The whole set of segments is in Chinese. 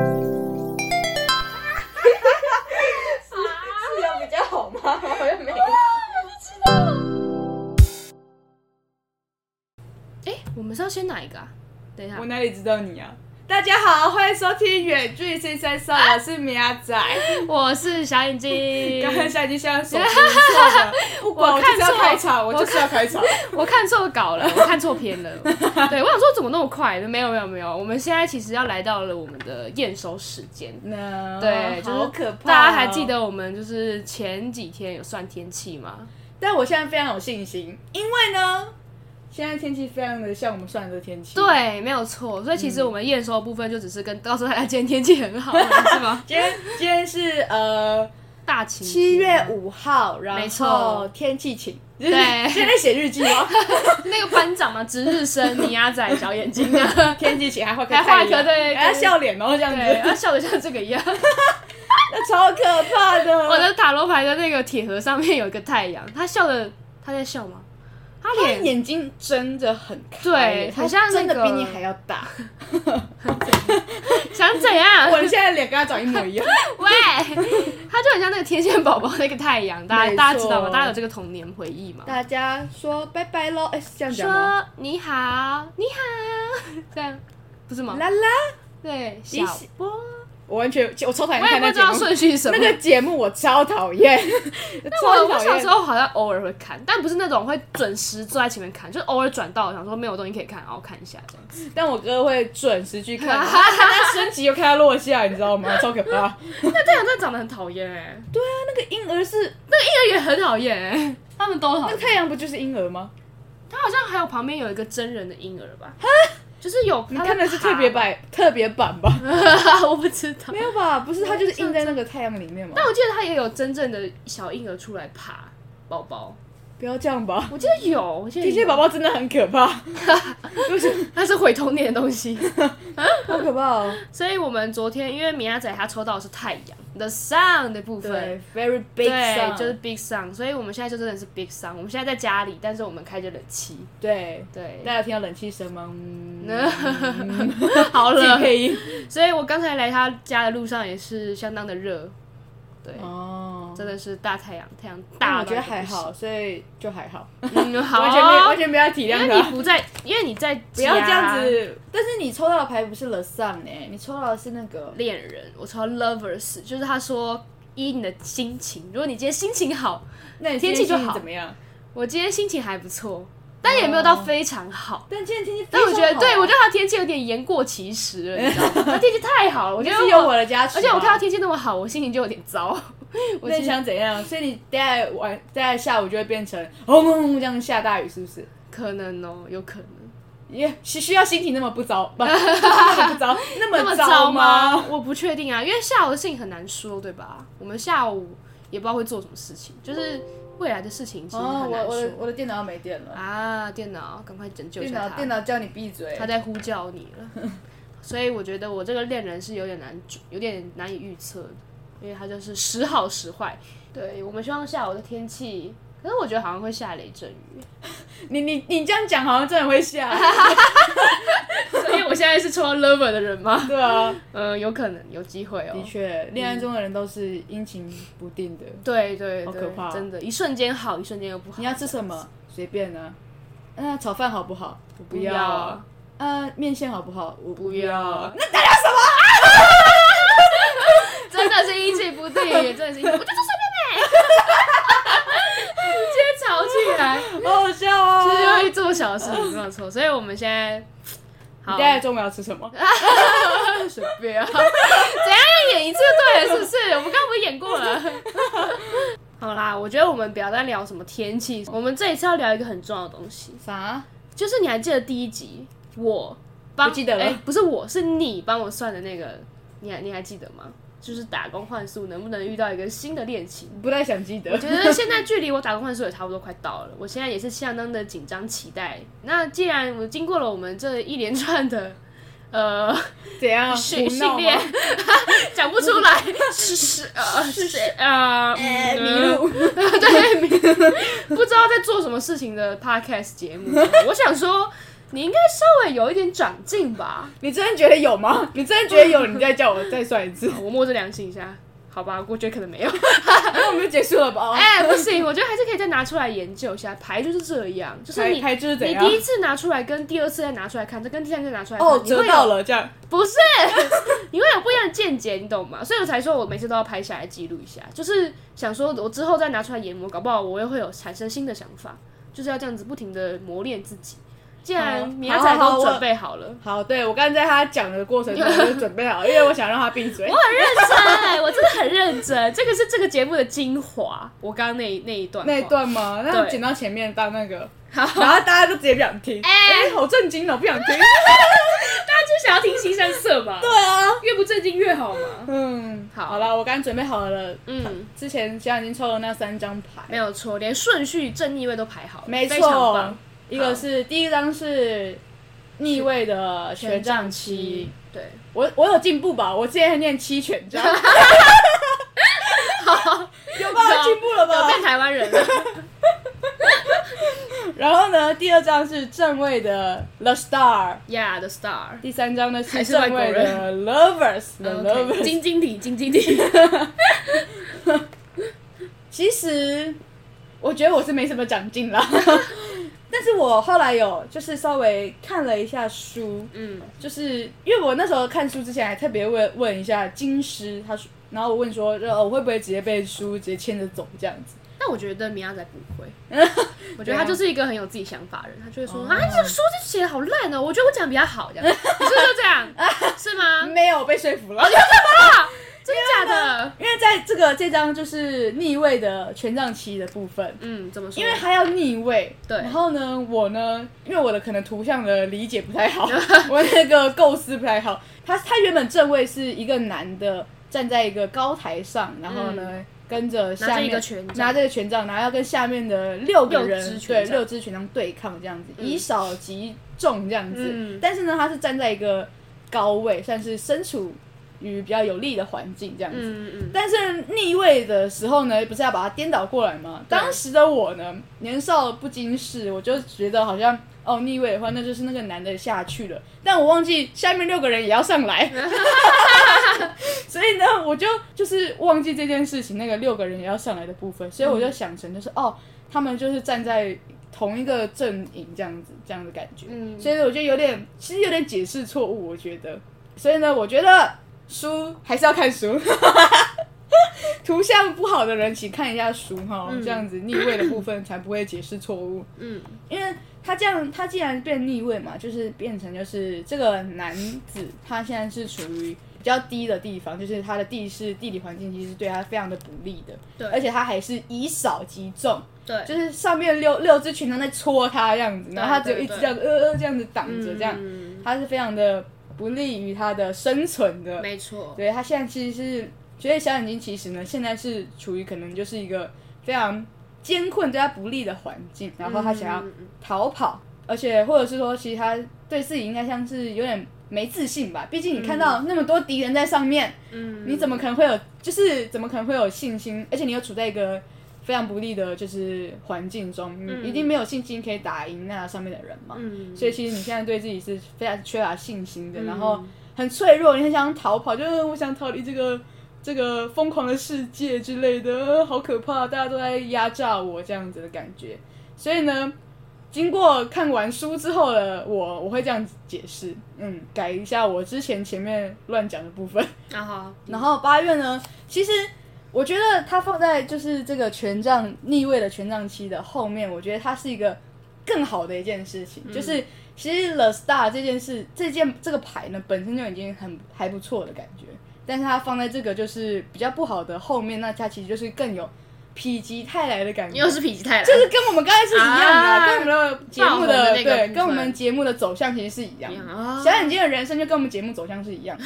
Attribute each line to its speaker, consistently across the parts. Speaker 1: 哎、我们是要先哪一个啊？等一下
Speaker 2: 我，哪里知道你啊？大家好，欢迎收听《远距新生社》，
Speaker 1: 啊
Speaker 2: 我是米亚 仔。
Speaker 1: 我是小眼睛
Speaker 2: 刚，刚下已经像手机错 了，不管
Speaker 1: 我
Speaker 2: 我就是
Speaker 1: 看
Speaker 2: 要
Speaker 1: 错
Speaker 2: 开场，我就是要开场。
Speaker 1: 我看 错稿了，我看错篇了。对，我想说怎么那么快？没有没有没有，我们现在其实要来到了我们的验收时间。
Speaker 2: 那
Speaker 1: 对，就是
Speaker 2: 哦好可怕、
Speaker 1: 大家还记？得我们就是前几天有算天气吗？
Speaker 2: 但我现在非常有信心，因为呢，现在天气非常的像我们算的天气。，
Speaker 1: 对，没有错。所以其实我们验收的部分就只是跟告诉大家哎今天天气很好，啊 是吗？
Speaker 2: 今天今天是呃
Speaker 1: 大晴。
Speaker 2: 七月。五号，然
Speaker 1: 没
Speaker 2: 后
Speaker 1: 错
Speaker 2: 天气晴。
Speaker 1: 对
Speaker 2: 现在写日记 吗？
Speaker 1: 那个班长嘛，值日生米鸭仔小眼睛 啊，
Speaker 2: 天气晴还画颗
Speaker 1: 还画
Speaker 2: 太阳
Speaker 1: 颗对
Speaker 2: 还要
Speaker 1: 对
Speaker 2: 笑脸，然哦后这样子，
Speaker 1: 对，他笑得像这个一样。
Speaker 2: 那 超可怕的。
Speaker 1: 我的塔罗牌的那个铁盒上面有一个太阳，他笑的，他在笑吗？他
Speaker 2: 他
Speaker 1: 脸
Speaker 2: 眼睛睁着很开，
Speaker 1: 对
Speaker 2: 哎他
Speaker 1: 好像
Speaker 2: 真的
Speaker 1: 那个
Speaker 2: 比你 还要大。
Speaker 1: 想怎样？
Speaker 2: 我现在脸跟他长一模一样。
Speaker 1: 喂，他就很像那个天线宝宝那个太阳，大
Speaker 2: 没
Speaker 1: 家大家知道吗？
Speaker 2: 错
Speaker 1: 大家有这个童年回忆吗？
Speaker 2: 大家说拜拜喽，哎，是这样讲吗？
Speaker 1: 说你好，你好， 这样不是吗？
Speaker 2: 啦啦，
Speaker 1: 对，小
Speaker 2: 你喜
Speaker 1: 波，
Speaker 2: 我完全我超讨厌
Speaker 1: 我也
Speaker 2: 看
Speaker 1: 不
Speaker 2: 那
Speaker 1: 知道
Speaker 2: 节目，
Speaker 1: 顺序是什么。
Speaker 2: 那个节目我超讨 厌，
Speaker 1: 我
Speaker 2: 超
Speaker 1: 我
Speaker 2: 讨
Speaker 1: 小时
Speaker 2: 厌。
Speaker 1: 候好像偶尔会看，但不是那种会准时坐在前面看，就是偶尔转到想说没有东西可以看，然后看一下这样子。
Speaker 2: 但我哥会准时去 看，他看他升级又看他落下，你知道吗？超可怕。
Speaker 1: 那太阳真的长得很讨厌
Speaker 2: 欸
Speaker 1: 哎，
Speaker 2: 那个婴儿是
Speaker 1: 那个也很讨厌哎，他们都
Speaker 2: 那
Speaker 1: 讨
Speaker 2: 个
Speaker 1: 厌。
Speaker 2: 太阳不就是婴儿吗？
Speaker 1: 他好像还有旁边有一个真人的婴儿吧？就是有
Speaker 2: 你
Speaker 1: 他在
Speaker 2: 看的是特别
Speaker 1: 爬，
Speaker 2: 版特别版吧？
Speaker 1: 我不知道
Speaker 2: 没。有吧？不是，他就是印在那个太阳里面吗
Speaker 1: 但？我记得他也有真正的小婴儿出来爬宝宝，
Speaker 2: 不要这样吧。
Speaker 1: 我记得有，我记得
Speaker 2: 天蝎
Speaker 1: 有
Speaker 2: 宝宝真的很可怕，就是
Speaker 1: 它是毁童年的东西。
Speaker 2: 好可怕哦。
Speaker 1: 所以我们昨天因为米亚仔他抽到的是太阳 the sun 的部分。
Speaker 2: 对，very big
Speaker 1: 对，
Speaker 2: sun，
Speaker 1: 就是 big sun，所以我们现在就真的是 big sun。我们现在在家里，但是我们开着冷气。
Speaker 2: 对。
Speaker 1: 对，
Speaker 2: 大家有听到冷气声吗？
Speaker 1: 那
Speaker 2: 嗯，
Speaker 1: 好
Speaker 2: 自 己
Speaker 1: 了。
Speaker 2: 配音。
Speaker 1: 所以我刚才来他家的路上也是相当的热，对，
Speaker 2: 哦，
Speaker 1: 真的是大太阳，太阳
Speaker 2: 但
Speaker 1: 大。
Speaker 2: 嗯我觉得还好，，所以就还好，
Speaker 1: 嗯，好，
Speaker 2: 完全没有完全没有体
Speaker 1: 因
Speaker 2: 谅
Speaker 1: 为你
Speaker 2: 他。
Speaker 1: 不在，因为你在不
Speaker 2: 不要这样子，但是你抽到的牌不是 the sun 哎，你抽到的是那个
Speaker 1: 恋人，我超 lovers，就是他说依你的心情，如果你今天心情好，
Speaker 2: 那你
Speaker 1: 天气就好
Speaker 2: 心情怎么样？
Speaker 1: 我今天心情还不错，但也没有到非常好。
Speaker 2: 但今天天气哦非
Speaker 1: 但
Speaker 2: 常
Speaker 1: 我
Speaker 2: 好，啊哦
Speaker 1: 觉得，对我觉得他天气有点言过其实了，你知道吗？他天气太好了，我觉
Speaker 2: 就
Speaker 1: 得
Speaker 2: 是有我，的加持啊，
Speaker 1: 而且我看到天气那么好，我心情就有点糟。 我
Speaker 2: 那
Speaker 1: 其
Speaker 2: 你
Speaker 1: 实
Speaker 2: 想怎样？所以你待在晚待在下午就会变成轰轰轰这样下大雨，是不是？
Speaker 1: 可能哦，有可能。
Speaker 2: 也需需要心情那么不糟，不 那么不糟，那
Speaker 1: 那么
Speaker 2: 么
Speaker 1: 糟
Speaker 2: 糟
Speaker 1: 吗
Speaker 2: 吗？？
Speaker 1: 我不确定啊，因为下午的事情很难说，对吧？我们下午也不知道会做什么事情，就是未来的事情其实
Speaker 2: 哦，
Speaker 1: 很
Speaker 2: 我
Speaker 1: 难
Speaker 2: 我的
Speaker 1: 说。
Speaker 2: 我的电脑要没电了，
Speaker 1: 啊，电脑，赶快拯救一
Speaker 2: 电
Speaker 1: 下
Speaker 2: 脑电
Speaker 1: 他，
Speaker 2: 脑叫你闭 嘴
Speaker 1: 他。在呼叫你了。 所以我觉得我这个恋人是有点难，有点难以预测的，因为他就是时好时坏。对我们希望下午的天气，可是我觉得好像会下雷阵 雨，
Speaker 2: 你你你这样讲好像真的会下，
Speaker 1: 因为我现在是抽到 lover 的人吗？
Speaker 2: 对 啊，
Speaker 1: 嗯，有可能有机会哦。
Speaker 2: 的确，恋爱中的人都是阴晴不定的。
Speaker 1: 对对对，
Speaker 2: 好可怕
Speaker 1: 真的，一瞬间好，一瞬间又不好。
Speaker 2: 你要吃什么？随便啊。那、炒饭好不好？我不
Speaker 1: 不
Speaker 2: 要
Speaker 1: 要
Speaker 2: 啊。呃，面线好不好？我不要啊。
Speaker 1: 那代表 什么？真的是阴气不定，真的是阴气，我就说 随便买，直接吵起来，
Speaker 2: 好好笑哦。
Speaker 1: 就是啊因为这么小的事情没有错，所以我们现在
Speaker 2: 你
Speaker 1: 好
Speaker 2: 待会中午要吃什么？
Speaker 1: 随便啊，怎样要演一次就对了，是不是？我们刚刚不是演过了？好啦，我觉得我们不要再聊什么天气，我们这一次要聊一个很重要的东西，
Speaker 2: 啥？
Speaker 1: 就是你还记得第一集我帮
Speaker 2: 不记得了
Speaker 1: 哎不是我是你帮我算的那个，你还你还记得吗？就是打工换宿能不能遇到一个新的恋情？
Speaker 2: 不太想记
Speaker 1: 我
Speaker 2: 得。
Speaker 1: 觉得现在距离我打工换宿也差不多快到了，我现在也是相当的紧张期待。那既然我经过了我们这一连串的呃
Speaker 2: 怎样？
Speaker 1: 训
Speaker 2: 啊胡
Speaker 1: 训
Speaker 2: 闹
Speaker 1: 练
Speaker 2: 吗？，
Speaker 1: 讲不出来，是是呃是谁呃
Speaker 2: 哎
Speaker 1: 嗯
Speaker 2: 迷路。
Speaker 1: 对，迷不知道在做什么事情的 podcast 节 目。我想说，你应该稍微有一点长进吧。
Speaker 2: 你真的觉得有 吗？你真的觉得有？你再叫我再算一次。哦
Speaker 1: 我摸着良心一下，好吧，我觉得可能没有。
Speaker 2: 没有们就结束了吧？
Speaker 1: 哎、不行，我觉得还是可以再拿出来研究一下。牌就是这样，就是
Speaker 2: 台
Speaker 1: 你
Speaker 2: 台就是怎
Speaker 1: 你
Speaker 2: 样
Speaker 1: 第？一次拿出来跟第二次再拿出来看，再跟第三次再拿出来看，
Speaker 2: 哦，
Speaker 1: 你会
Speaker 2: 折
Speaker 1: 有
Speaker 2: 到了这样。
Speaker 1: 不是， 你会有不一样的见解，你懂吗？所以我才说我每次都要拍下来记录一下，就是想说我之后再拿出来研磨，搞不好我又会有产生新的想法，就是要这样子不停的磨练自己。既
Speaker 2: 好
Speaker 1: 然米亚仔
Speaker 2: 好好
Speaker 1: 都
Speaker 2: 我
Speaker 1: 准备好了，
Speaker 2: 好，对我刚才在他讲的过程中，我就准备好 了，因为我想让他闭嘴。
Speaker 1: 认真，哎我真的很认真，这个是这个节目的精华。我刚刚那一那一段 话，
Speaker 2: 那一段吗？那
Speaker 1: 对
Speaker 2: 剪到前面当那个， 然后大家就直接不想 听，哎、好震惊哦，不想听。
Speaker 1: 大家就想要听新山色嘛，
Speaker 2: 对啊，
Speaker 1: 越不正经越好嘛。
Speaker 2: 嗯，
Speaker 1: 好
Speaker 2: 好了，我刚准备好了，
Speaker 1: 嗯，
Speaker 2: 之前现在已经抽了那三张牌，
Speaker 1: 没有错，连顺序正逆位都排好了，
Speaker 2: 没
Speaker 1: 非常
Speaker 2: 错
Speaker 1: 棒，，
Speaker 2: 一个是第一张是逆位的权杖七
Speaker 1: 七，，对，
Speaker 2: 我我有进步吧？我之前念七权杖，有吧？
Speaker 1: 有
Speaker 2: 进步了吧
Speaker 1: 我？变台湾人了。
Speaker 2: 然后呢，第二张是正位的 The Star，
Speaker 1: Yeah, the star.
Speaker 2: 第三张呢是
Speaker 1: 还是
Speaker 2: 正
Speaker 1: 外国
Speaker 2: 位的 Lovers 的
Speaker 1: OK，
Speaker 2: Lovers。
Speaker 1: 晶晶体，晶晶体。
Speaker 2: 其实我觉得我是没什么长进 啦，但是我后来有就是稍微看了一下书，
Speaker 1: 嗯
Speaker 2: 就是因为我那时候看书之前还特别问问一下金师，他说，然后我问说，呃我会不会直接被书直接牵着走这样子？
Speaker 1: 但我觉得米亚仔不 会，我觉得他就是一个很有自己想法的人，他就会说
Speaker 2: 哦
Speaker 1: 啊，这个书就写的好烂哦，我觉得我讲得比较好， 这样，你是不是就这样？是吗？
Speaker 2: 没有被说服了，
Speaker 1: 真的假的？
Speaker 2: 因为在这个这张就是逆位的权杖七的部分。
Speaker 1: 嗯，怎么说？
Speaker 2: 因为它要逆位，
Speaker 1: 对
Speaker 2: 然后呢，我呢，因为我的可能图像的理解不太 好，我那个构思不太好。他他原本正位是一个男的站在一个高台上，然后呢，跟着
Speaker 1: 嗯拿
Speaker 2: 下
Speaker 1: 着一
Speaker 2: 面
Speaker 1: 个权
Speaker 2: 拿
Speaker 1: 杖，
Speaker 2: 这个权杖，然后要跟下面的六个
Speaker 1: 六
Speaker 2: 人
Speaker 1: 支权
Speaker 2: 对
Speaker 1: 杖
Speaker 2: 六支权杖对抗这样子，
Speaker 1: 嗯
Speaker 2: 以少击众这样子。
Speaker 1: 嗯
Speaker 2: 但是呢，他是站在一个高位，算是身处于比较有利的环境这样子。
Speaker 1: 嗯嗯
Speaker 2: 但是逆位的时候呢，不是要把它颠倒过来吗？
Speaker 1: 对
Speaker 2: 当时的我呢，年少不经事，我就觉得好像哦，逆位的话，那就是那个男的下去了，但我忘记下面六个人也要上 来，所以呢，我就就是忘记这件事情，那个六个人也要上来的部分，所以我就想成就是、哦，他们就是站在同一个阵营这样子，这样的感觉。
Speaker 1: 嗯嗯，
Speaker 2: 所以我觉得有点，其实有点解释错误，我觉得。所以呢，我觉得书还是要看书，图像不好的人请看一下书哈，
Speaker 1: 嗯
Speaker 2: 这样子逆位的部分才不会解释错误。
Speaker 1: 嗯，
Speaker 2: 因为他这样，他既然变逆位嘛，就是变成就是这个男子，他现在是处于比较低的地方，就是他的地势、地理环境其实对他非常的不利的，
Speaker 1: 对
Speaker 2: 而且他还是以少击众，
Speaker 1: 对，
Speaker 2: 就是上面六六只群都在戳他这样子，然后他只有
Speaker 1: 对
Speaker 2: 一只这样呃呃这样子挡着，这样
Speaker 1: 嗯，
Speaker 2: 他是非常的不利于他的生存的。
Speaker 1: 没错，
Speaker 2: 对他现在其实是，所以小眼睛其实呢，现在是处于可能就是一个非常艰困对他不利的环境，然后他想要
Speaker 1: 嗯嗯
Speaker 2: 逃跑，而且或者是说，其实他对自己应该像是有点没自信吧，毕竟你看到那么多敌人在上面，
Speaker 1: 嗯，
Speaker 2: 你怎么可能会有？就是怎么可能会有信心？而且你又处在一个非常不利的，就是环境中，你一定没有信心可以打赢那上面的人嘛。
Speaker 1: 嗯，
Speaker 2: 所以其实你现在对自己是非常缺乏信心的，
Speaker 1: 嗯
Speaker 2: 然后很脆弱，你很想逃跑，就是我想逃离这个这个疯狂的世界之类的，呃好可怕，大家都在压榨我这样子的感觉。所以呢，经过看完书之后的我，我会这样子解释，嗯，改一下我之前前面乱讲的部分。
Speaker 1: 啊好，
Speaker 2: 然后八月呢，其实我觉得它放在就是这个权杖逆位的权杖期的后面，我觉得它是一个更好的一件事情，就是
Speaker 1: 嗯
Speaker 2: 其实 The Star 这件事，这件这个牌呢本身就已经很还不错的感觉，但是它放在这个就是比较不好的后面，那它其实就是更有否极泰来的感觉，
Speaker 1: 又是否极泰来，
Speaker 2: 就是跟我们刚才是一样的啊、
Speaker 1: 啊
Speaker 2: 跟我们的节目
Speaker 1: 爆红的那个
Speaker 2: 对，
Speaker 1: 部分
Speaker 2: 跟我们节目的走向其实是一样的。
Speaker 1: 啊
Speaker 2: 小眼睛的人生就跟我们节目走向是一样的，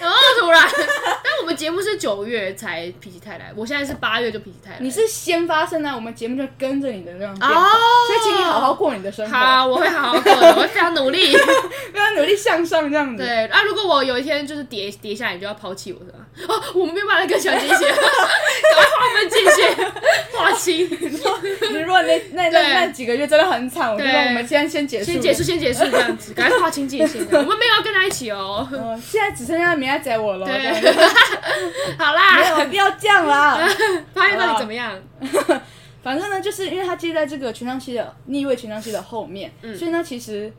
Speaker 1: 然后突然， 但我们节目是九月才否极泰来，我现在是八月就否极泰来，
Speaker 2: 你是先发生啊，我们节目就跟着你的那种变化，
Speaker 1: 哦
Speaker 2: 所以请你好好过你的生活，
Speaker 1: 好，我会好好过的，我会非常努力。
Speaker 2: 要努力向上这样子。
Speaker 1: 对，啊，如果我有一天就是跌跌下来，你就要抛弃我是吧？哦，我们没有办法跟小姐 姐，赶快划分界限， 划清，
Speaker 2: 你如果那那那
Speaker 1: 对
Speaker 2: 那几个月真的很惨，我觉得
Speaker 1: 对
Speaker 2: 我们现在先结束，
Speaker 1: 先结束，。先结束这样子，赶快划清界限。我们没有要跟他一起哦。
Speaker 2: 嗯，现在只剩下明仔载我了。
Speaker 1: 对
Speaker 2: 这样子
Speaker 1: 好
Speaker 2: 没
Speaker 1: 啦，
Speaker 2: 有必要这样啦。
Speaker 1: 八月到底怎么样？
Speaker 2: 反正呢，就是因为它接在这个权杖七的逆位权杖七的后面，所以呢，其实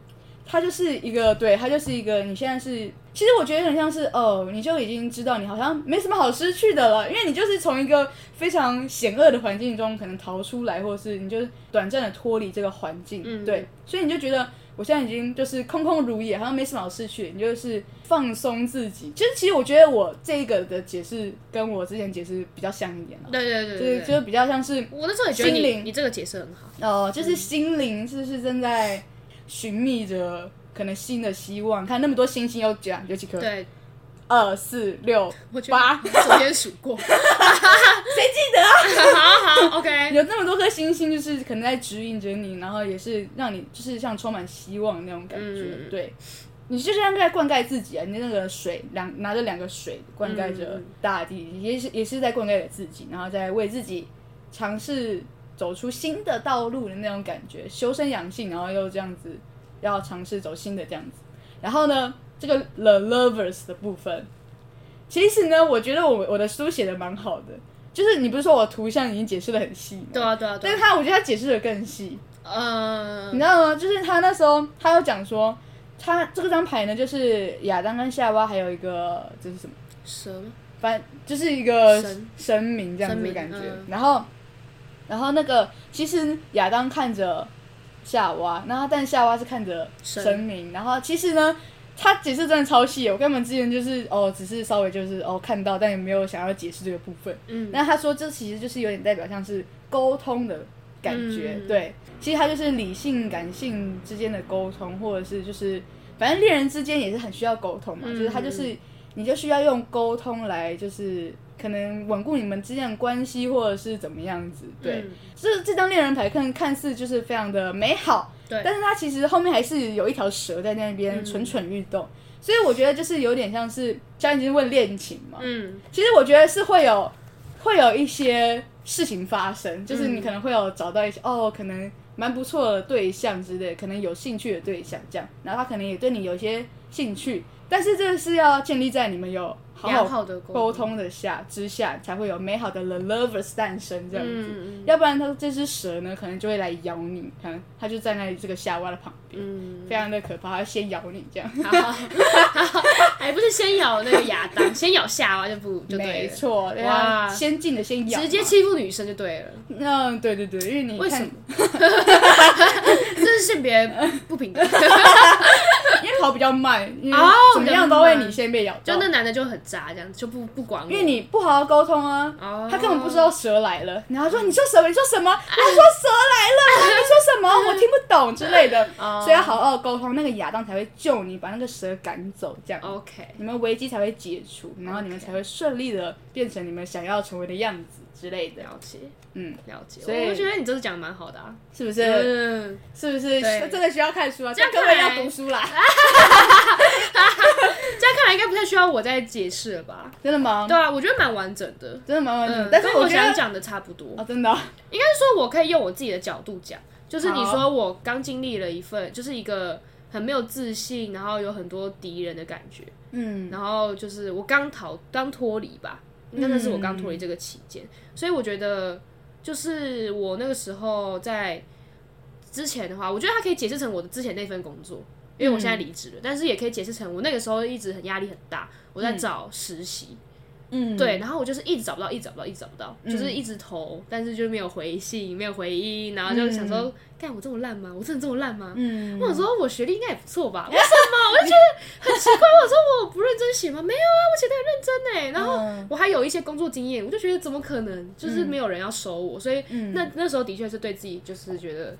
Speaker 2: 它就是一个，对，它就是一个，你现在是，其实我觉得很像是哦，你就已经知道你好像没什么好失去的了，因为你就是从一个非常险恶的环境中可能逃出来，或者是你就是短暂的脱离这个环境，对，所以你就觉得。我现在已经就是空空如也，好像没什么好失去，你就是放松自己。就是其实我觉得我这个的解释跟我之前解释比较像一点了，啊
Speaker 1: 对对
Speaker 2: 就
Speaker 1: 对
Speaker 2: 是
Speaker 1: 对
Speaker 2: 就
Speaker 1: 对。
Speaker 2: 是比较像是
Speaker 1: 我那时候也觉得
Speaker 2: 心
Speaker 1: 你
Speaker 2: 灵
Speaker 1: 你这个解释很好，
Speaker 2: 哦，
Speaker 1: 嗯
Speaker 2: 就是心灵是不是正在寻觅着可能新的希望？看那么多星星有几啊有几颗？
Speaker 1: 对，
Speaker 2: 二四六
Speaker 1: 我觉
Speaker 2: 八
Speaker 1: 得，你昨天数 过，
Speaker 2: 谁记得啊？
Speaker 1: 好好 OK，
Speaker 2: 有那么多颗星星，就是可能在指引着你，然后也是让你就是像充满希望那种感觉。
Speaker 1: 嗯
Speaker 2: 对，你就像在灌溉自己啊！你那个水两拿着两个水灌溉着大地，也是也是在灌溉着自己，然后在为自己尝试走出新的道路的那种感觉，修身养性，然后又这样子要尝试走新的这样子。然后呢，这个 The Lovers 的部分，其实呢，我觉得我我的书写的蛮好的，就是你不是说我图像已经解释的很细吗？
Speaker 1: 对啊对啊对
Speaker 2: 但
Speaker 1: 啊，
Speaker 2: 是他我觉得他解释的更细，
Speaker 1: 呃
Speaker 2: 你，知道吗？就是他那时候他有讲说，他这个张牌呢，就是亚当跟夏娃，还有一个这是什么？
Speaker 1: 蛇吗？
Speaker 2: 反就是一个
Speaker 1: 神
Speaker 2: 神明这样子的感觉。
Speaker 1: 神明嗯
Speaker 2: 然后，然后那个其实亚当看着夏娃，然后但夏娃是看着
Speaker 1: 神
Speaker 2: 神明，然后其实呢。他解释真的超细，我跟他们之前就是哦，只是稍微就是哦看到，但也没有想要解释这个部分。
Speaker 1: 嗯，
Speaker 2: 那他说这其实就是有点代表像是沟通的感觉，
Speaker 1: 嗯
Speaker 2: 对，其实他就是理性感性之间的沟通，或者是就是反正恋人之间也是很需要沟通嘛，
Speaker 1: 嗯
Speaker 2: 就是他就是你就需要用沟通来就是可能稳固你们之间的关系，或者是怎么样子，对。
Speaker 1: 嗯
Speaker 2: 这这张恋人牌看看似就是非常的美好，
Speaker 1: 对
Speaker 2: 但是它其实后面还是有一条蛇在那边
Speaker 1: 嗯
Speaker 2: 蠢蠢欲动，所以我觉得就是有点像是，像已经问恋情嘛，
Speaker 1: 嗯，
Speaker 2: 其实我觉得是会有会有一些事情发生，就是你可能会有找到一
Speaker 1: 嗯
Speaker 2: 些、哦，可能蛮不错的对象之类，可能有兴趣的对象这样，然后他可能也对你有一些兴趣，但是这个是要建立在你们有好
Speaker 1: 良
Speaker 2: 好
Speaker 1: 好的
Speaker 2: 沟
Speaker 1: 沟，
Speaker 2: 通的下之下，才会有美好的 the lovers 诞生这样子。
Speaker 1: 嗯嗯
Speaker 2: 要不然，它这只蛇呢，可能就会来咬你，可能它就站在这个夏娃的旁边，
Speaker 1: 嗯，
Speaker 2: 非常的可怕，它先咬你这样。
Speaker 1: 好好好，还哎不是先咬那个亚当，先咬夏娃就 不就对
Speaker 2: 没
Speaker 1: 了，
Speaker 2: 错，对
Speaker 1: 哇
Speaker 2: 它先进的先咬嘛，
Speaker 1: 直接欺负女生就对 了，
Speaker 2: 嗯，对对对，因为你
Speaker 1: 为
Speaker 2: 看
Speaker 1: 什么？ 这是性别不 平等，
Speaker 2: 因为跑比较慢，因为
Speaker 1: 哦
Speaker 2: 怎么样都会你先被咬
Speaker 1: 就
Speaker 2: 到，
Speaker 1: 那男的就很渣，这样就不不管我，
Speaker 2: 因为你不好好沟通啊。
Speaker 1: 哦，嗯
Speaker 2: 他根本不知道蛇来了，然后他说你说什么？你说什么？我说蛇来了，你说什么？我听不懂之类的，
Speaker 1: 哦，
Speaker 2: 所以要好好沟通，那个亚当才会救你，把那个蛇赶走，这样
Speaker 1: OK，
Speaker 2: 你们危机才会解除，然后你们
Speaker 1: 哦 OK
Speaker 2: 才会顺利的变成你们想要成为的样子之类的，
Speaker 1: 了解
Speaker 2: 嗯，
Speaker 1: 了解，
Speaker 2: 所以
Speaker 1: 我觉得你这次讲的蛮好的啊，
Speaker 2: 是不是？
Speaker 1: 嗯，
Speaker 2: 是不是？
Speaker 1: 对
Speaker 2: 真的需要看书啊，
Speaker 1: 这样
Speaker 2: 各位
Speaker 1: 看
Speaker 2: 要
Speaker 1: 来
Speaker 2: 读书啦，
Speaker 1: 这样看来应该不太需要我再解释了吧？
Speaker 2: 真的吗？
Speaker 1: 对啊，我觉得蛮完整的，
Speaker 2: 真的蛮完整的
Speaker 1: 嗯，，
Speaker 2: 嗯但是
Speaker 1: 跟我
Speaker 2: 我觉得
Speaker 1: 想讲的差不多
Speaker 2: 啊，，真的啊，
Speaker 1: 应该说我可以用我自己的角度讲，就是你
Speaker 2: 好
Speaker 1: 说我刚经历了一份，就是一个很没有自信，然后有很多敌人的感觉，
Speaker 2: 嗯，
Speaker 1: 然后就是我刚逃刚脱离吧，应该那是我刚脱离这个期间，所以我觉得就是我那个时候在之前的话，我觉得它可以解释成我的之前那份工作。因为我现在离职了，但是也可以解释成我那个时候一直很压力很大，我在找实习，
Speaker 2: 嗯，
Speaker 1: 对，然后我就是一直找不到，一直找不到，一直找不到，
Speaker 2: 嗯
Speaker 1: 就是一直投，但是就没有回信，没有回音，然后就想说，干、我这么烂吗？我真的这么烂吗？
Speaker 2: 嗯，
Speaker 1: 我想说我学历应该也不错 吧？为什么？我就觉得很奇怪。我说我不认真写吗？没有啊，我写的很认真哎。然后
Speaker 2: 后
Speaker 1: 我还有一些工作经验，我就觉得怎么可能？就是没有人要收我，所以
Speaker 2: 嗯
Speaker 1: 那那时候的确是对自己就是觉得，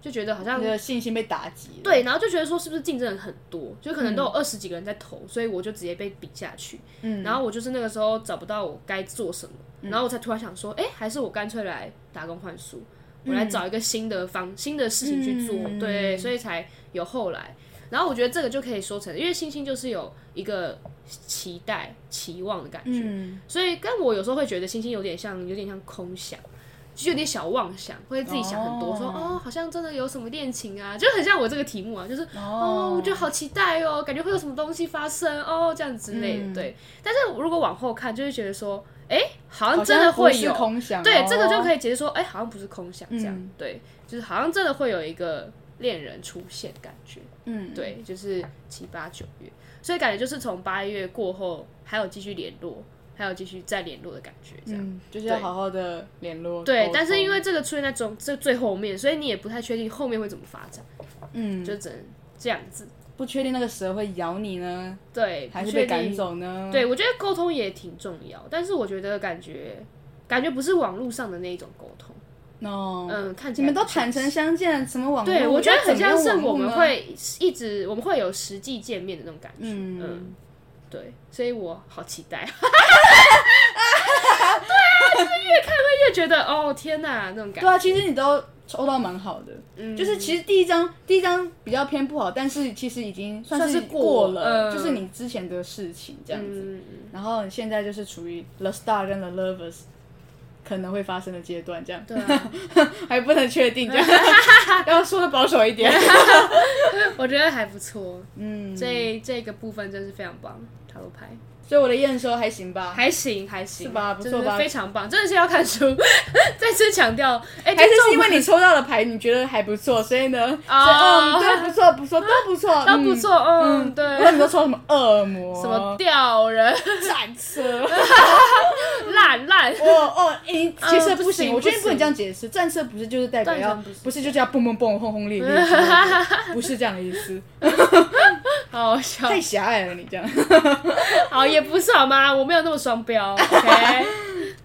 Speaker 1: 就觉得好像
Speaker 2: 你的信心被打击，，
Speaker 1: 对，然后就觉得说是不是竞争人很多，就可能都有二十几个人在投，所以我就直接被比下去。
Speaker 2: 嗯，
Speaker 1: 然后我就是那个时候找不到我该做什么，然后我才突然想说，哎、还是我干脆来打工换宿，我来找一个新的方、新的事情去做，
Speaker 2: 嗯
Speaker 1: 对，所以才有后来。然后我觉得这个就可以说成，因为星星就是有一个期待、期望的感觉，
Speaker 2: 嗯
Speaker 1: 所以但我有时候会觉得星星有点像，有点像空想。就有点小妄想，会自己想很多，
Speaker 2: 哦
Speaker 1: 说哦，好像真的有什么恋情啊，就很像我这个题目啊，就是哦，
Speaker 2: 哦
Speaker 1: 我就好期待哦，感觉会有什么东西发生哦，这样之类的。
Speaker 2: 嗯
Speaker 1: 对，但是如果往后看，就会觉得说，哎、好
Speaker 2: 好
Speaker 1: 像真的
Speaker 2: 不
Speaker 1: 会
Speaker 2: 是哦
Speaker 1: 有，
Speaker 2: 空想，
Speaker 1: 对，这个就可
Speaker 2: 以。
Speaker 1: 以解释说，哎、好像不是空想这样，
Speaker 2: 嗯
Speaker 1: 对，就是好像真的会有一个恋人出现感觉，
Speaker 2: 嗯，
Speaker 1: 对，就是七八九月，所以感觉就是从八月过后还有继续联络，还有继续再联络的感觉这样。
Speaker 2: 嗯，就是要
Speaker 1: 对
Speaker 2: 好好的联络。嗯
Speaker 1: 对
Speaker 2: 沟，
Speaker 1: 但是因
Speaker 2: 通
Speaker 1: 为这个出现在中这最后面，所以你也不太确定后面会怎么发展，
Speaker 2: 嗯，
Speaker 1: 就只能这样子。
Speaker 2: 不确定那个蛇会咬你呢，
Speaker 1: 对，
Speaker 2: 还
Speaker 1: 不
Speaker 2: 是
Speaker 1: 确
Speaker 2: 被赶
Speaker 1: 定
Speaker 2: 走呢？，
Speaker 1: 对，我觉得沟通也挺重要，但是我觉得感觉感觉不是网络上的那一种沟通，
Speaker 2: 哦，
Speaker 1: 嗯，看起
Speaker 2: 你
Speaker 1: 来
Speaker 2: 们都
Speaker 1: 不像
Speaker 2: 坦诚相见，什么网络？
Speaker 1: 对，我觉得
Speaker 2: 要怎
Speaker 1: 很
Speaker 2: 么
Speaker 1: 像
Speaker 2: 用
Speaker 1: 是
Speaker 2: 网络啊
Speaker 1: 我们
Speaker 2: 呢，
Speaker 1: 会一直我们会有实际见面的那种感觉，嗯
Speaker 2: 嗯，
Speaker 1: 对，所以我好期 待。对啊，就是越看会越觉得哦天哪那种
Speaker 2: 对
Speaker 1: 感觉，
Speaker 2: 啊，其实你都抽到蛮好的，
Speaker 1: 嗯
Speaker 2: 就是其实第一张第一张比较偏不好，但是其实已经算
Speaker 1: 算是过
Speaker 2: 过了，
Speaker 1: 嗯
Speaker 2: 就是你之前的事情这样子。
Speaker 1: 嗯
Speaker 2: 然后你现在就是处于 the star 跟 the lovers 可能会发生的阶段，这样
Speaker 1: 对啊，
Speaker 2: 还不能确定，这 样要说的保守一点。
Speaker 1: 啊我觉得还不错，
Speaker 2: 嗯，
Speaker 1: 这这个部分真是非常棒，塔罗牌
Speaker 2: 所以我的验收还行吧，
Speaker 1: 还行还行，
Speaker 2: 啊是吧不错
Speaker 1: 真的
Speaker 2: 吧
Speaker 1: 非常棒，真的是要看书。 再次强调，哎、
Speaker 2: 还是
Speaker 1: 听
Speaker 2: 是
Speaker 1: 众
Speaker 2: 因为你抽到的牌你觉得还不错，所以呢，所以
Speaker 1: 哦
Speaker 2: 嗯，对，不错，不错，都不错，
Speaker 1: 都不
Speaker 2: 嗯。哦
Speaker 1: 错，嗯，对，
Speaker 2: 然后你都抽什么恶魔、
Speaker 1: 什么 吊人
Speaker 2: 战 车？
Speaker 1: 烂烂。
Speaker 2: 哦哦，诶，其实
Speaker 1: 嗯不
Speaker 2: 不行，
Speaker 1: 行
Speaker 2: 我觉得你
Speaker 1: 不
Speaker 2: 不能这样解释。战车不是就是代表要
Speaker 1: 战车不是，
Speaker 2: 不是就是要蹦蹦蹦、轰轰烈烈之类的，不是这样的意思，
Speaker 1: 好笑，
Speaker 2: 太狭隘了，你 这样。
Speaker 1: 好也不是好吗？我没有那么双标，OK。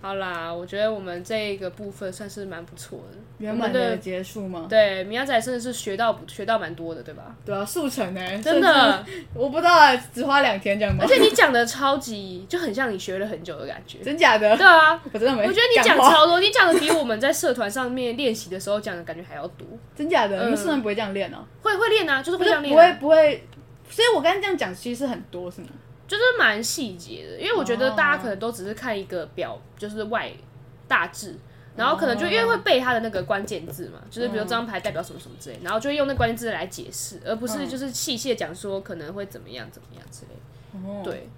Speaker 1: 好 啦，我觉得我们这个部分算是蛮不错的，
Speaker 2: 圆满
Speaker 1: 我们
Speaker 2: 的
Speaker 1: 的
Speaker 2: 结束吗？
Speaker 1: 对，米亚仔真的是学到学到蛮多的，对 吧？
Speaker 2: 对啊，速成哎、
Speaker 1: 真的，
Speaker 2: 甚至，我不知道啊，只花两天这样吗
Speaker 1: 而？且你讲的超级，就很像你学了很久的感觉。
Speaker 2: 真假的？
Speaker 1: 对啊，
Speaker 2: 我真的没。
Speaker 1: 我觉得你
Speaker 2: 干
Speaker 1: 讲
Speaker 2: 话
Speaker 1: 超多，你讲的比我们在社团上面练习的时候讲的感觉还要多。
Speaker 2: 真假的，
Speaker 1: 嗯
Speaker 2: 你们社团不会这样练哦、
Speaker 1: 会会练啊，就是
Speaker 2: 不
Speaker 1: 会
Speaker 2: 是
Speaker 1: 这样
Speaker 2: 不
Speaker 1: 练、
Speaker 2: 会
Speaker 1: 啊，
Speaker 2: 不会，所以我刚刚这样讲其实很多是吗？
Speaker 1: 就是蛮细节的。因为我觉得大家可
Speaker 2: 哦
Speaker 1: 能都只是看一个表，就是外大致，然后可
Speaker 2: 哦
Speaker 1: 能就因为会背它的那个关键字嘛，就是比
Speaker 2: 嗯
Speaker 1: 如这张牌代表什么什么之类，然后就会用那关键字来解释，而不
Speaker 2: 嗯
Speaker 1: 是就是细细地讲说可能会怎么样怎么样之类的。
Speaker 2: 哦，哦
Speaker 1: 对，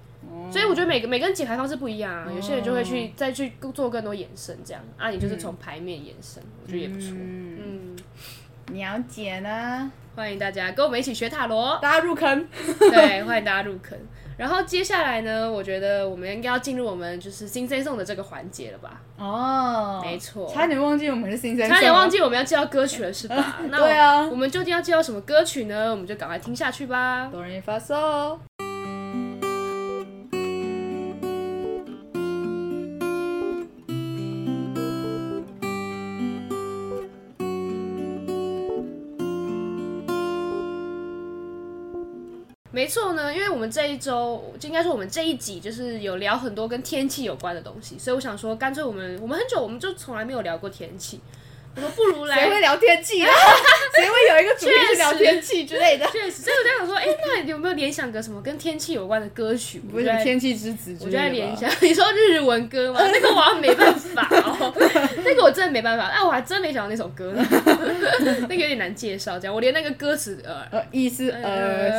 Speaker 1: 所以我觉得每个每个人解牌方式不一样啊，有些人就会去再去做更多延伸，这样啊，你就是
Speaker 2: 嗯
Speaker 1: 从牌面延伸，我觉得也不错。嗯，
Speaker 2: 了解呢，
Speaker 1: 欢迎大家跟我们一起学塔罗，哦
Speaker 2: 大家入坑。
Speaker 1: 对，欢迎大家入坑。然后接下来呢，我觉得我们应该要进入我们就是新生送的这个环节了吧？
Speaker 2: 哦，
Speaker 1: 没错
Speaker 2: 差点忘记我们是新生，
Speaker 1: 差点忘。记我们要介绍歌曲了是 吧？那我
Speaker 2: 对啊
Speaker 1: 我们究竟要介绍什么歌曲呢？我们就赶快听下去吧。
Speaker 2: 哆来咪发嗦。
Speaker 1: 没错呢，因为我们这一周，就应该说我们这一集就是有聊很多跟天气有关的东西，所以我想说，干脆我们我们很久我们就从来没有聊过天气，我们不如
Speaker 2: 谁
Speaker 1: 来
Speaker 2: 会聊天气 啊？谁会有一个主题
Speaker 1: 确实
Speaker 2: 是聊天气之类的？
Speaker 1: 确实，所以 我在想说，哎、那有没有联想个什么跟天气有关的歌曲？
Speaker 2: 不
Speaker 1: 我
Speaker 2: 是
Speaker 1: 就
Speaker 2: 什么
Speaker 1: 在
Speaker 2: 天气之子之
Speaker 1: 我
Speaker 2: 类
Speaker 1: 就
Speaker 2: 的吧
Speaker 1: 在联想， 你说日文 歌吗？那个我好像没办法哦， 那个我真的没办法，哎，我还真没想到那首歌 呢，那个有点难介绍，这样我连那个歌词呃
Speaker 2: 呃，意思呃，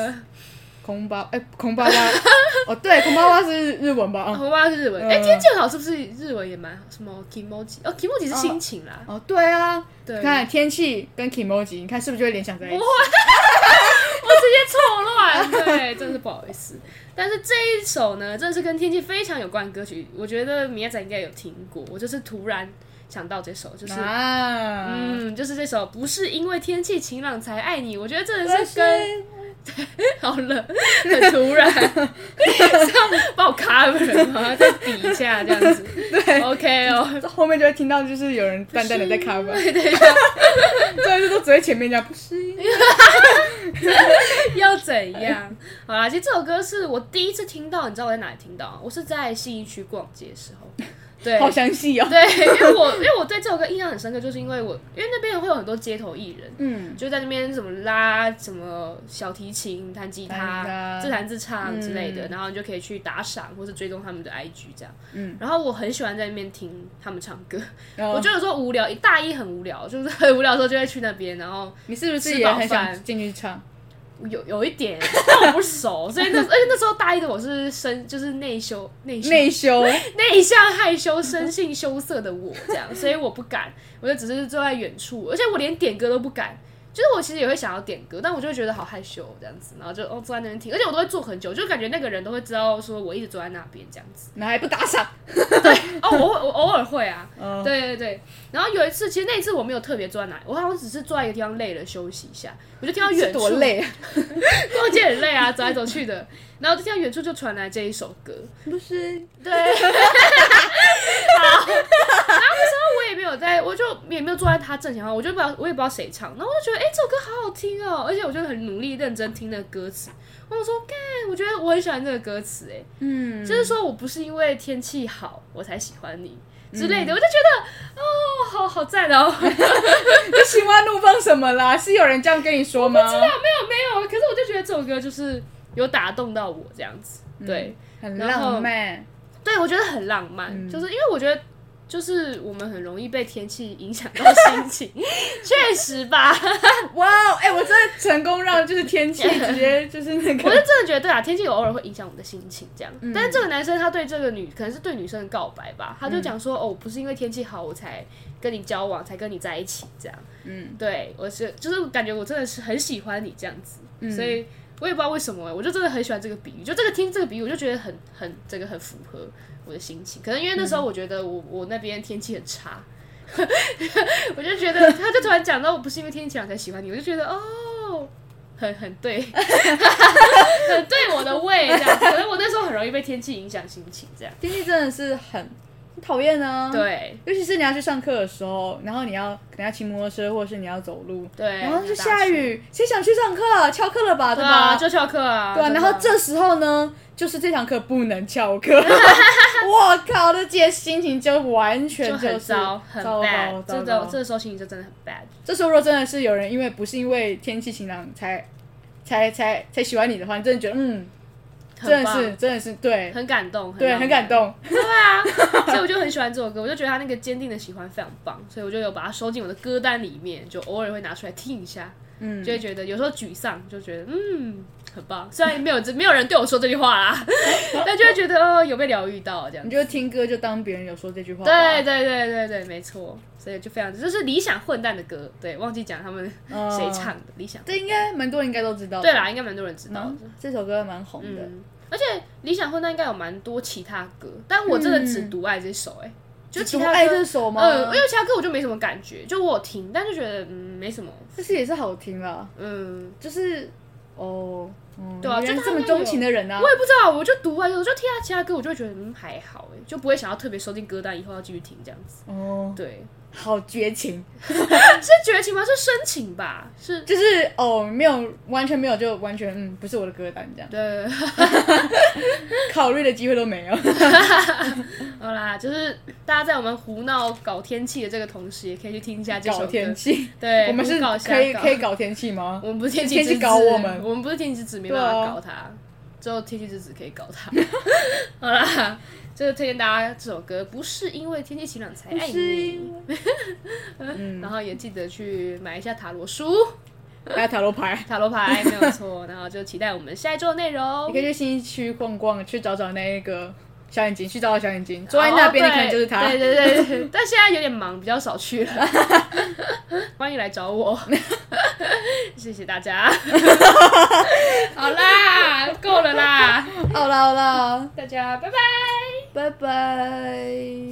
Speaker 1: 呃，
Speaker 2: 空巴哎，空巴 巴，哦对，空巴巴是日文吧？嗯
Speaker 1: 我忘了是日文，
Speaker 2: 嗯
Speaker 1: 哎、天气很好，是不是日文也蛮好？什么 kimoji？哦，kimoji 是心情啦。
Speaker 2: 哦，对啊，
Speaker 1: 对，
Speaker 2: 看天气跟 emoji，你看是不是就会联想在一起？
Speaker 1: 我直接错乱， 对，真是不好意思。但是这一首呢，真的是跟天气非常有关的歌曲，我觉得米亚仔应该有听过。我就是突然想到这首，就是。
Speaker 2: 啊，
Speaker 1: 嗯，就是这首不是因为天气晴朗才爱你，我觉得真的
Speaker 2: 但
Speaker 1: 是跟 好了，很突然， 是要帮我 cover 吗？再比一下这样子，对，OK 哦，
Speaker 2: 后面就会听到就是有人淡淡的在 cover，
Speaker 1: 对 对，
Speaker 2: 对，就都只会前面这样，不是因为
Speaker 1: 要怎样？好啦，其实这首歌是我第一次听到，你知道我在哪里听到啊？我是在信义区逛街的时候，对
Speaker 2: 好详细哦。
Speaker 1: 对，因为我因为我对这首歌印象很深刻，就是因为我因为那边会有很多街头艺人，
Speaker 2: 嗯，
Speaker 1: 就在那边什么拉什么小提琴、弹吉
Speaker 2: 弹吉他
Speaker 1: 他、自弹自唱之类的，
Speaker 2: 嗯
Speaker 1: 然后你就可以去打赏或是追踪他们的 IG 这样。
Speaker 2: 嗯，
Speaker 1: 然后我很喜欢在那边听他们唱歌，
Speaker 2: 哦
Speaker 1: 我就有时候无聊，大一很无聊，就是很无聊的时候就会去那边，然后
Speaker 2: 你是不是
Speaker 1: 吃
Speaker 2: 也
Speaker 1: 饱
Speaker 2: 很想
Speaker 1: 饭
Speaker 2: 进去唱？
Speaker 1: 有有一点，但我不熟，所以那而且那时候大一的我是深就是内羞内羞
Speaker 2: 内羞，
Speaker 1: 内向害羞、生性羞涩的我，这样，所以我不敢，我就只是坐在远处，而且我连点歌都不敢。就是我其实也会想要点歌，但我就会觉得好害羞这样子，然后就哦坐在那边听，而且我都会坐很久，就感觉那个人都会知道说我一直坐在那边这样子。
Speaker 2: 那还不打赏？
Speaker 1: 哦，我会我偶尔会啊，
Speaker 2: 哦
Speaker 1: 对对对。然后有一次，其实那一次我没有特别坐在哪里，我好像只是坐在一个地方累了休息一下，我就听到远
Speaker 2: 是
Speaker 1: 处
Speaker 2: 多累啊！
Speaker 1: 逛街很累啊，走来走去的，然后就听到远处就传来这一首歌，
Speaker 2: 不是，
Speaker 1: 对， 好，然后那时候我也没有在，我就也没有坐在他正前方，我就不知道我也不知道谁唱，然后我就觉得，哎、这首歌好好听哦，而且我就很努力认真听那个歌词，我想说，干，我觉得我很喜欢这个歌词，哎，
Speaker 2: 嗯，
Speaker 1: 就是说我不是因为天气好我才喜欢你
Speaker 2: 嗯
Speaker 1: 之类的，我就觉得，哦，好好赞哦，
Speaker 2: 这心花怒放什么啦？是有人这样跟你说吗？
Speaker 1: 没有，啊可是我就觉得这首歌就是有打动到我这样子，对。
Speaker 2: 嗯很
Speaker 1: 然后
Speaker 2: 浪漫，
Speaker 1: 对，我觉得很浪漫，
Speaker 2: 嗯
Speaker 1: 就是因为我觉得。就是我们很容易被天气影响到心情， 确实吧，我
Speaker 2: 哇哦！哎，我真的成功让就是天气直接就是那
Speaker 1: 是
Speaker 2: 个，
Speaker 1: 真的觉得对啊，天气有偶尔会影响我们的心情这样。
Speaker 2: 嗯
Speaker 1: 但是这个男生他对这个女，可能是对女生的告白吧，他就讲说、哦，我不是因为天气好我才跟你交往，才跟你在一起这样。
Speaker 2: 嗯，
Speaker 1: 对，我是就是感觉我真的是很喜欢你这样子，
Speaker 2: 嗯
Speaker 1: 所以我也不知道为什么、我就真的很喜欢这个比喻，就这个听这个比喻，我就觉得很很这个很符合我的心情。可能因为那
Speaker 2: 嗯
Speaker 1: 时候我觉得我、我那边天气很差， 我就觉得他就突然讲到我不是因为天气好才喜欢你，我就觉得哦。很很对， 很对我的胃这样，可能我那时候很容易被天气影响心情这样。
Speaker 2: 天气真的是很很讨厌嗯啊。。
Speaker 1: 对
Speaker 2: 尤其是你要去上课的时候，然后你要可能要骑摩托车，或者是你要走路，
Speaker 1: 对，
Speaker 2: 然后就
Speaker 1: 大
Speaker 2: 下
Speaker 1: 雪，
Speaker 2: 雨，谁想去上课？翘课了吧，
Speaker 1: 对
Speaker 2: 吧？
Speaker 1: 啊，就翘课啊，
Speaker 2: 对啊，
Speaker 1: 真的
Speaker 2: 然后这时候呢，就是这堂课不能翘 课。我靠，这姐心情就完全
Speaker 1: 就
Speaker 2: 就是
Speaker 1: 很糟，很
Speaker 2: 糟
Speaker 1: bad，
Speaker 2: 糕，
Speaker 1: 这
Speaker 2: 糟
Speaker 1: 个
Speaker 2: 糕。
Speaker 1: 这时候心情就真的很 bad。
Speaker 2: 这时候如果真的是有人因为不是因为天气晴朗才才才才喜欢你的话，你真的觉得嗯，真的
Speaker 1: 很棒
Speaker 2: 是真的是对
Speaker 1: 很感动，
Speaker 2: 对，
Speaker 1: 浪漫
Speaker 2: 很感。动。
Speaker 1: 对啊， 所以我就很喜欢这首歌，我就觉得他那个坚定的喜欢非常棒，所以我就有把它收进我的歌单里面，就偶尔会拿出来听一下，
Speaker 2: 嗯，
Speaker 1: 就会觉得有时候沮丧，就觉得嗯很棒。虽然没有没有人对我说这句 话啦，但就会觉得哦有被疗愈到这样
Speaker 2: 你。就听歌就当别人有说这句话吧。
Speaker 1: 对对对对对，没错，所以就非常这是理想混蛋的歌，对，忘记讲他们
Speaker 2: 嗯
Speaker 1: 谁唱的理想。
Speaker 2: 这应该蛮多人应该都知道。
Speaker 1: 对，啦，应该蛮多人知道的
Speaker 2: 嗯。，这首歌蛮红的。
Speaker 1: 嗯，而且理想混蛋应该有蛮多其他歌，但我真的只独爱这首、欸，哎、就其
Speaker 2: 嗯独
Speaker 1: 他歌
Speaker 2: 爱这首吗？
Speaker 1: 嗯，因为其他歌我就没什么感觉，就我有听，但就觉得嗯没什么，
Speaker 2: 但是也是好听啦。
Speaker 1: 嗯，
Speaker 2: 就是哦，嗯、
Speaker 1: 对啊
Speaker 2: 原来
Speaker 1: 就是
Speaker 2: 这
Speaker 1: 他
Speaker 2: 么
Speaker 1: 们
Speaker 2: 钟情的人啊
Speaker 1: 我，也不知道，我就独爱这首，就听他其他歌，我就会觉得嗯还好、欸，哎，就不会想要特别收进歌单，以后要继续听这样子。
Speaker 2: 哦，
Speaker 1: 对，
Speaker 2: 好绝情，
Speaker 1: 是绝情吗？是深情吧？是，
Speaker 2: 就是哦，没有完全没有，就完全嗯，不是我的歌单这样，
Speaker 1: 对，
Speaker 2: 考虑的机会都没有。
Speaker 1: 好啦，就是大家在我们胡闹搞天气的这个同时，也可以去听一下 这首
Speaker 2: 搞
Speaker 1: 歌。
Speaker 2: 天气，
Speaker 1: 对，
Speaker 2: 我们是
Speaker 1: 胡搞瞎
Speaker 2: 可以
Speaker 1: 搞
Speaker 2: 可以搞天气吗？
Speaker 1: 我们不是天气
Speaker 2: 天
Speaker 1: 之
Speaker 2: 气
Speaker 1: 子，
Speaker 2: 搞我们
Speaker 1: 我们不是天气之子，没
Speaker 2: 对
Speaker 1: 办
Speaker 2: 啊
Speaker 1: 法搞他，只有天气之子可以搞他。 好啦，就是推荐大家这首歌，不是因为天气晴朗才爱你，
Speaker 2: 嗯，
Speaker 1: 然后也记得去买一下塔罗书、
Speaker 2: 还有塔罗牌，
Speaker 1: 塔罗牌，没有错。然后就期待我们下一周的内
Speaker 2: 你
Speaker 1: 容
Speaker 2: 可。以去新一区逛逛，去找找那个小眼睛，去找找小眼睛，坐在那边
Speaker 1: 哦
Speaker 2: 你可能就是他。
Speaker 1: 对对对对对， 但现在有点忙，比较少去了。 欢迎来找我， 谢谢大 家。好啦，够了啦，
Speaker 2: 好啦好啦，
Speaker 1: 大家拜拜。
Speaker 2: 拜拜。